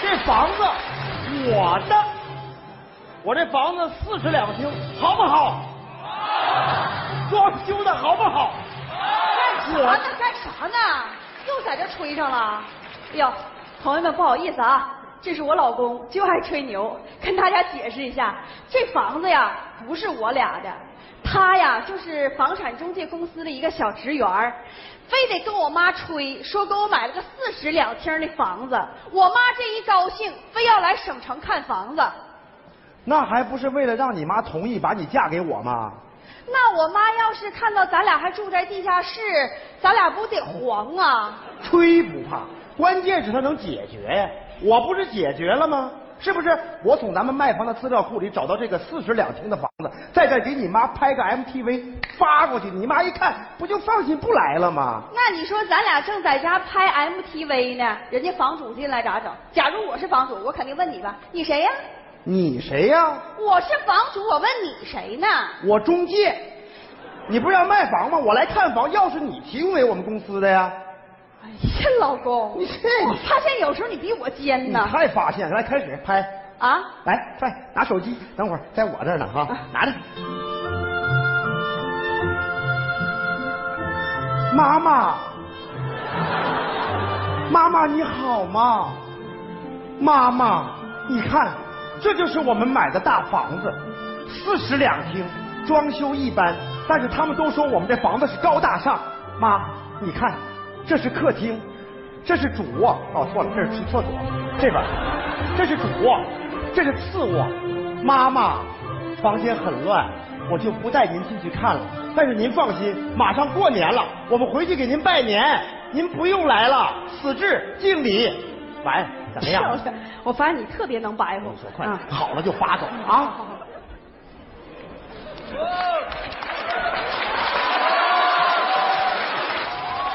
这房子我的，我这房子四室两厅，好不好？装修的好不好？干啥呢？干啥呢？又在这吹上了？哎呦，朋友们不好意思啊，这是我老公，就爱吹牛。跟大家解释一下，这房子呀不是我俩的，他呀就是房产中介公司的一个小职员儿非得跟我妈吹，说给我买了个四室两厅的房子。我妈这一高兴，非要来省城看房子。那还不是为了让你妈同意把你嫁给我吗？那我妈要是看到咱俩还住在地下室，咱俩不得黄啊？吹不怕，关键是他能解决呀。我不是解决了吗？是不是？我从咱们卖房的资料库里找到这个四室两厅的房子，在这儿给你妈拍个 MTV 发过去，你妈一看不就放心不来了吗？那你说咱俩正在家拍 MTV 呢，人家房主进来咋整？假如我是房主，我肯定问你吧，你谁呀、你谁呀、我是房主，我问你谁呢？我中介。你不是要卖房吗？我来看房，钥匙你提供给我们公司的呀。哎呀，老公，你这我发现有时候你比我尖你呢。太发现了，来开始拍。啊，来，快拿手机，等会儿在我这儿呢哈，拿着。妈妈，妈妈你好吗？妈妈，你看，这就是我们买的大房子，四室两厅，装修一般，但是他们都说我们这房子是高大上。妈，你看，这是客厅，这是主卧，哦错了，这是厕所，这边，这是主卧，这是次卧。妈妈，房间很乱，我就不带您进去看了。但是您放心，马上过年了，我们回去给您拜年，您不用来了。死至敬礼，完怎么样？ 我发现你特别能白活。你说快啊点，好了就发走啊！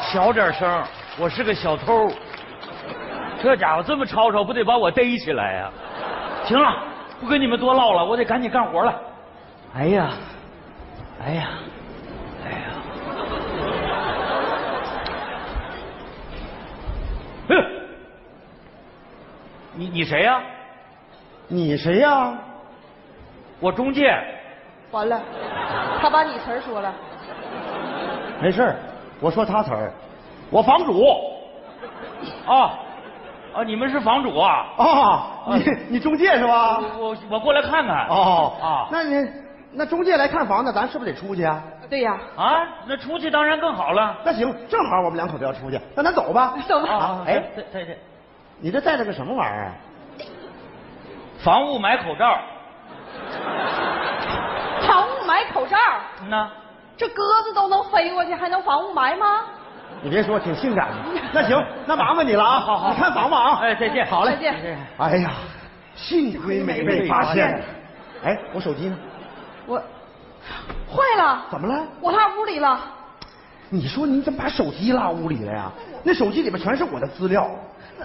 小点声，我是个小偷。这家伙这么吵吵，不得把我逮起来呀、行了，不跟你们多唠了，我得赶紧干活了。哎呀，哎呀，哎呀！哎呦，你你谁呀、你谁呀、我中介。完了，他把你词儿说了。没事儿我说他词儿。我房主。啊啊，你们是房主啊？哦，你你中介是吧？我我我过来看看。哦啊那你那中介来看房子，咱是不是得出去啊？对呀、啊，那出去当然更好了。那行，正好我们两口子要出去，那咱走吧。走吧啊哎，这这这，你这带了个什么玩意儿？啊防雾霾口罩，防雾霾口罩，嗯呐，这鸽子都能飞过去，还能防雾霾吗？你别说，挺性感的。那行，那麻烦你了啊！ 好好你看房吧啊！哎，再见。好嘞再。见。哎呀，幸亏没被发现。哎，我手机呢？我坏了，怎么了？我落屋里了。你说你怎么把手机落屋里了呀？那手机里边全是我的资料，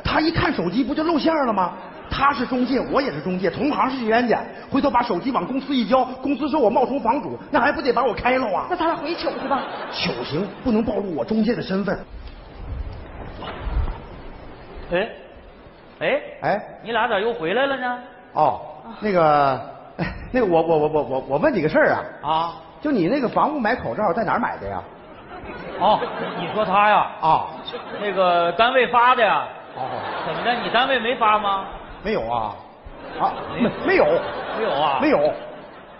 他一看手机不就露馅了吗？他是中介，我也是中介，同行是冤家。回头把手机往公司一交，公司说我冒充房主，那还不得把我开了啊那？咱俩回去取去吧。糗行，不能暴露我中介的身份。哎，哎，哎，你俩咋又回来了呢？哦，那个， 那个我我我我我我问你个事儿啊，啊，就你那个房屋买口罩在哪儿买的呀？哦，你说他呀，啊，那个单位发的呀？哦，怎么的？你单位没发吗？没有啊，啊，没没有，没有啊？没。有。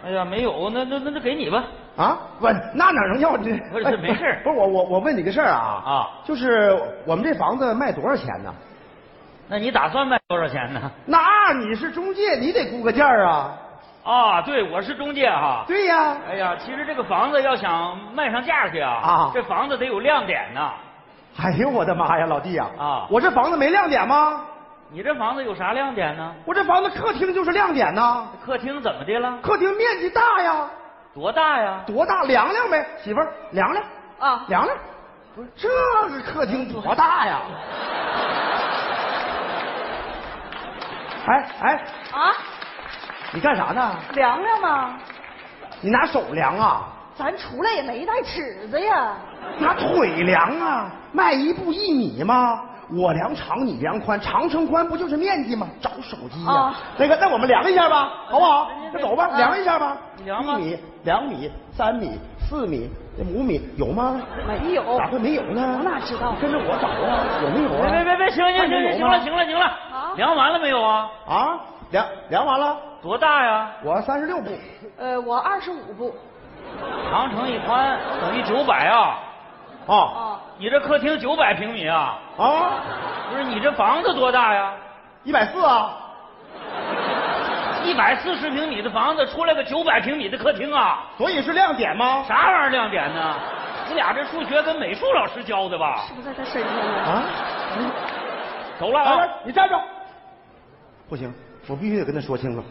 哎呀，没有，那那那那给你吧。啊，我那哪能要你？不是哎没事儿不是我我我问你个事儿啊啊就是我们这房子卖多少钱呢？那你打算卖多少钱呢？那你是中介，你得估个价儿啊。啊，对，我是中介哈、对呀、哎呀，其实这个房子要想卖上价去啊，啊这房子得有亮点呐、哎呦我的妈呀，老弟呀、啊我这房子没亮点吗？你这房子有啥亮点呢？我这房子客厅就是亮点呐，客厅怎么的了？客厅面积大呀，多大呀？多大？量量呗，媳妇儿，量量，啊量量。不是这个客厅多大呀？哎哎，啊，你干啥呢？凉凉嘛，你拿手量啊？咱出来也没带尺子呀。拿腿量啊，迈一步一米吗？我量长，你量宽，长乘宽不就是面积吗？找手机呀、哦那个，那我们量一下吧，好不好？那走吧，啊量一下吧。嗯量吧一米、两米、三米、四米、五米，有吗？没有，哦咋会没有呢？我哪知道你跟着我找啊，有没有啊？别别别别，行行看见行有行，行吗了行了行了好，量完了没有啊？啊，量量完了，多大呀？我三十六步，呃，我二十五步。长乘以宽等于九百啊！啊哦，你这客厅九百平米啊？啊，不是，你这房子多大呀？一百四啊，一百四十平米的房子出来个九百平米的客厅啊？所以是亮点吗？啥玩意儿亮点呢？你俩这数学跟美术老师教的吧是？不是在他身上呢？啊，走了来啊！来，你站住！不行，我必须得跟他说清楚，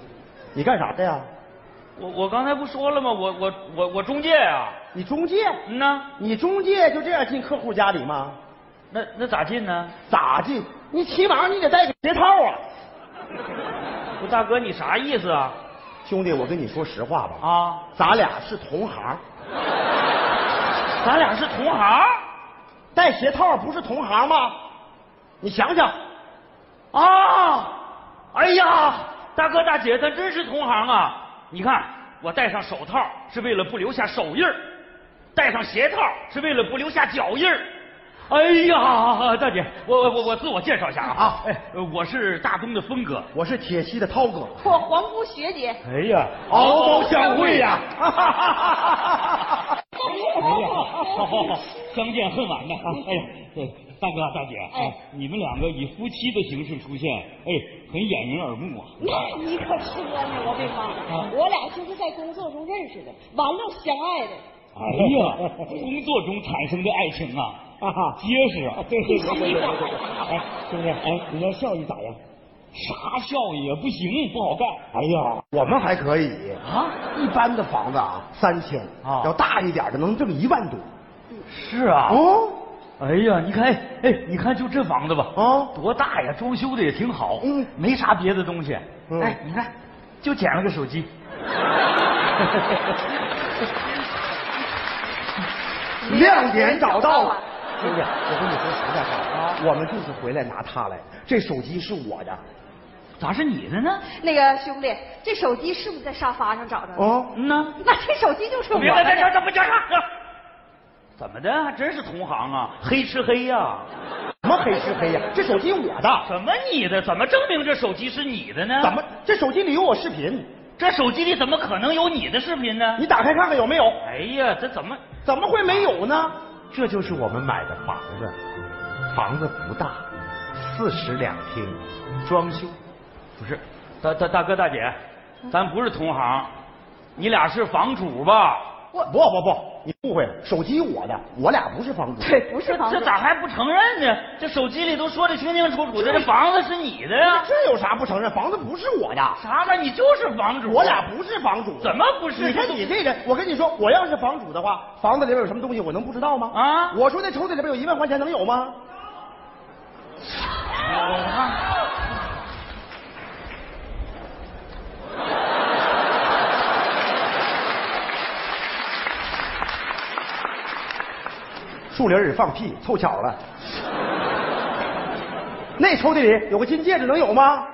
你干啥的呀？我我刚才不说了吗？我我我我中介啊！你中介？嗯呐，你中介就这样进客户家里吗？那那咋进呢？咋进？你起码你得带个鞋套啊！不，大哥你啥意思啊？兄弟，我跟你说实话吧，啊，咱俩是同行，咱俩是同行带鞋套不是同行吗？你想想，啊！哎呀，大哥大姐，咱真是同行啊！你看，我戴上手套是为了不留下手印儿戴上鞋套是为了不留下脚印儿哎呀，大姐，我我我我自我介绍一下啊啊哎，呃我是大东的峰哥。我是铁西的涛哥。我皇姑学姐，哎呀，敖包相会呀、哎呀，好好好，相见恨晚呐！啊哎呀，对，大哥大姐，哎，你们两个以夫妻的形式出现，哎，很掩人耳目啊。那你可说呢，我被妈啊我俩就是在工作中认识的，完了相爱的。哎呀，工作中产生的爱情啊，结实啊！对对对对对哎，兄弟，哎，你那效益咋样？啥效益啊？不行，不好干。哎呀，我们还可以啊，一般的房子啊，三千啊要大一点的能挣一万多。是啊哦，哎呀，你看，哎哎，你看就这房子吧，啊多大呀？装修的也挺好，嗯没啥别的东西。嗯哎，你看，就捡了个手机。亮点找到了了。兄弟，嗯我跟你说实在话啊，我们就是回来拿它来的，这手机是我的。咋是你的呢？那个兄弟，这手机是不是在沙发上找着的？哦，嗯呐，那这手机就是我别别别，的。怎么叫啥？怎么的？还真是同行啊，黑吃黑呀、什么黑吃黑呀、这手机我的，怎么你的？怎么证明这手机是你的呢？怎么？这手机里有我视频？这手机里怎么可能有你的视频呢？你打开看看有没有？哎呀，这怎么？怎么会没有呢？这就是我们买的房子，房子不大，四室两厅，装修。嗯不是，大大大哥大姐，咱不是同行，你俩是房主吧？不不不，你误会了，手机我的，我俩不是房主。对，不是房这子。咋还不承认呢？这手机里都说的清清楚楚的，这房子是你的呀？这有啥不承认？房子不是我的，啥玩意儿？你就是房主。我俩不是房主。怎么不是你看你这人，我跟你说，我要是房主的话，房子里边有什么东西我能不知道吗？啊我说那抽屉里边有一万块钱能有吗？我看。树林里放屁，凑巧了。那抽屉里有个金戒指，能有吗？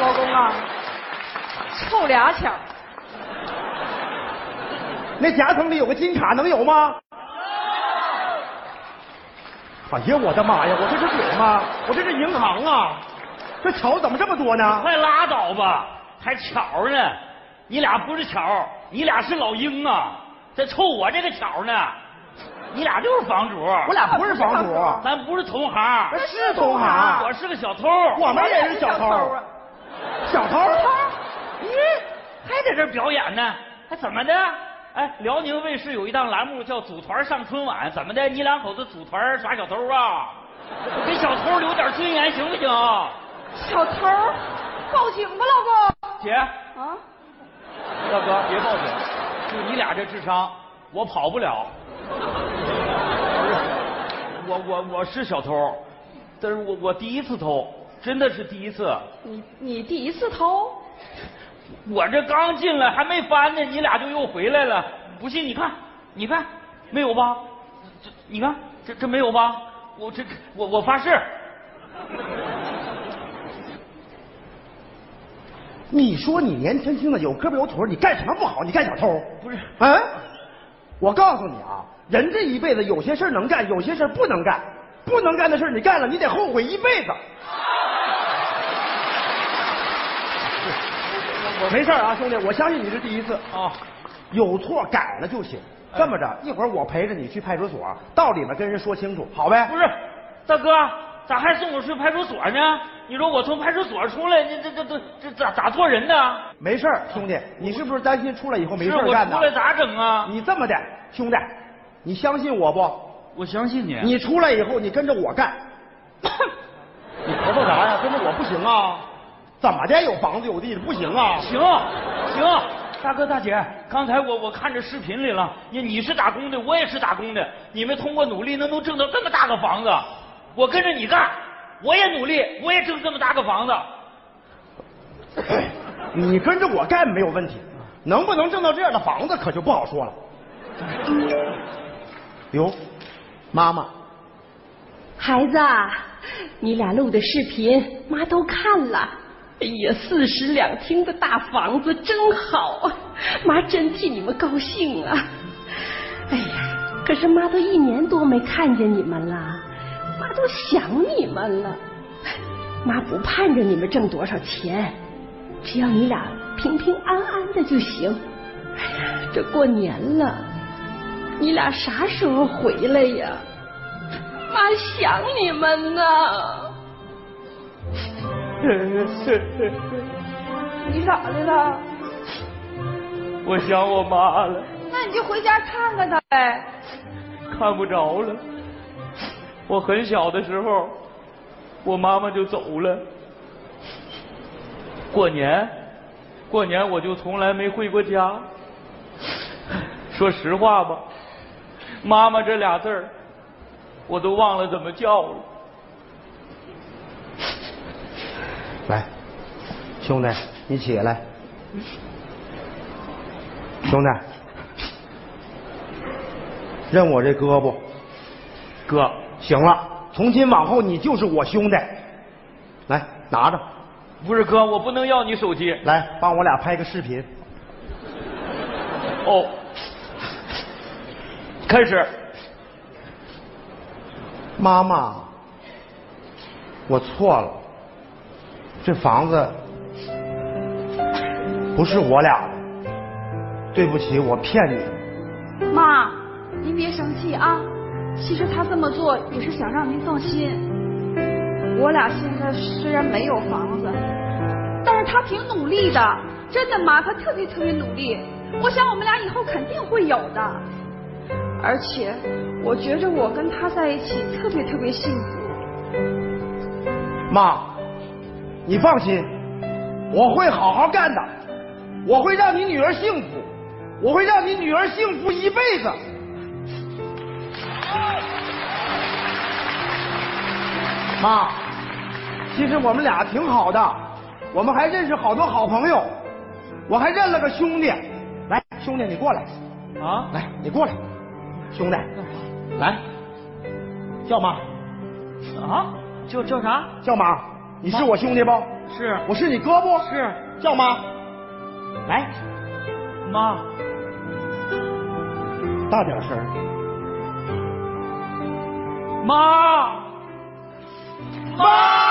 老公啊，凑俩巧儿，那夹层里有个金卡，能有吗？哎呀，我的妈呀！我这是鬼吗？我这是银行啊！这巧怎么这么多呢？快拉倒吧，还巧呢？你俩不是巧，你俩是老鹰啊！在凑我这个巧呢？你俩就是房主，我俩不是房主，啊咱不是同行，那是同行啊我是个小偷，我们也啊是小偷。小偷？咦，还在这儿表演呢？还怎么的？哎，辽宁卫视有一档栏目叫《组团上春晚》，怎么的？你两口子组团耍小偷啊？给小偷留点尊严行不行？小偷儿，报警吧，老姐，公。啊，大哥，别报警，就你俩这智商，我跑不了。 不是，我我我是小偷，但是我我第一次偷，真的是第一次。你你第一次偷？我这刚进来还没翻呢，你俩就又回来了。不信你看，你看没有吧？这你看这这没有吧？我这我我发誓，你说你年轻轻的有胳膊有腿儿，你干什么不好？你干小偷？不是嗯，我告诉你啊，人这一辈子有些事儿能干，有些事儿不能干。不能干的事儿你干了，你得后悔一辈子。我没事儿啊，兄弟，我相信你是第一次哦有错改了就行。哎这么着，一会儿我陪着你去派出所，到里面跟人说清楚，好呗？不是，大哥，咋还送我去派出所呢？你说我从派出所出来，你这这这这咋咋做人呢？没事儿，兄弟，你是不是担心出来以后没是事儿我干呢出来？咋整啊？你这么的，兄弟，你相信我不？我相信你你出来以后，你跟着我干。你咳嗽啥呀？跟着我不行啊？怎么的？有房子有地的不行啊？行行，大哥大姐，刚才我我看着视频里了，你你是打工的，我也是打工的，你们通过努力能能挣到这么大个房子，我跟着你干，我也努力，我也挣这么大个房子。哎你跟着我干没有问题，能不能挣到这样的房子可就不好说了。哟，妈妈，孩子啊，你俩录的视频妈都看了。哎呀，四室两厅的大房子真好啊，妈真替你们高兴啊。哎呀，可是妈都一年多没看见你们了，妈都想你们了。妈不盼着你们挣多少钱，只要你俩平平安安的就行。哎呀，这过年了，你俩啥时候回来呀？妈想你们呢。你咋的了？ 我想我妈了，那你就回家看看他呗。看不着了。我很小的时候，我妈妈就走了。过年，过年我就从来没回过家。说实话吧，妈妈这俩字儿，我都忘了怎么叫了。来，兄弟，你起来，兄弟，认我这胳膊，哥，行了，从今往后你就是我兄弟。来，拿着，不是哥，我不能要你手机。来帮我俩拍个视频。哦，开始。妈妈，我错了，这房子不是我俩的，对不起，我骗你。妈，您别生气啊。其实他这么做也是想让您放心。我俩现在虽然没有房子，但是他挺努力的，真的妈，他特别特别努力。我想我们俩以后肯定会有的。而且我觉着我跟他在一起特别特别幸福。妈，你放心，我会好好干的，我会让你女儿幸福，我会让你女儿幸福一辈子。妈，其实我们俩挺好的，我们还认识好多好朋友，我还认了个兄弟。来，兄弟你过来，啊，来你过来，兄弟，来叫妈，啊，叫叫啥？叫妈，你是我兄弟不？是我是你哥不？是叫妈，来，妈，大点声儿。妈，妈。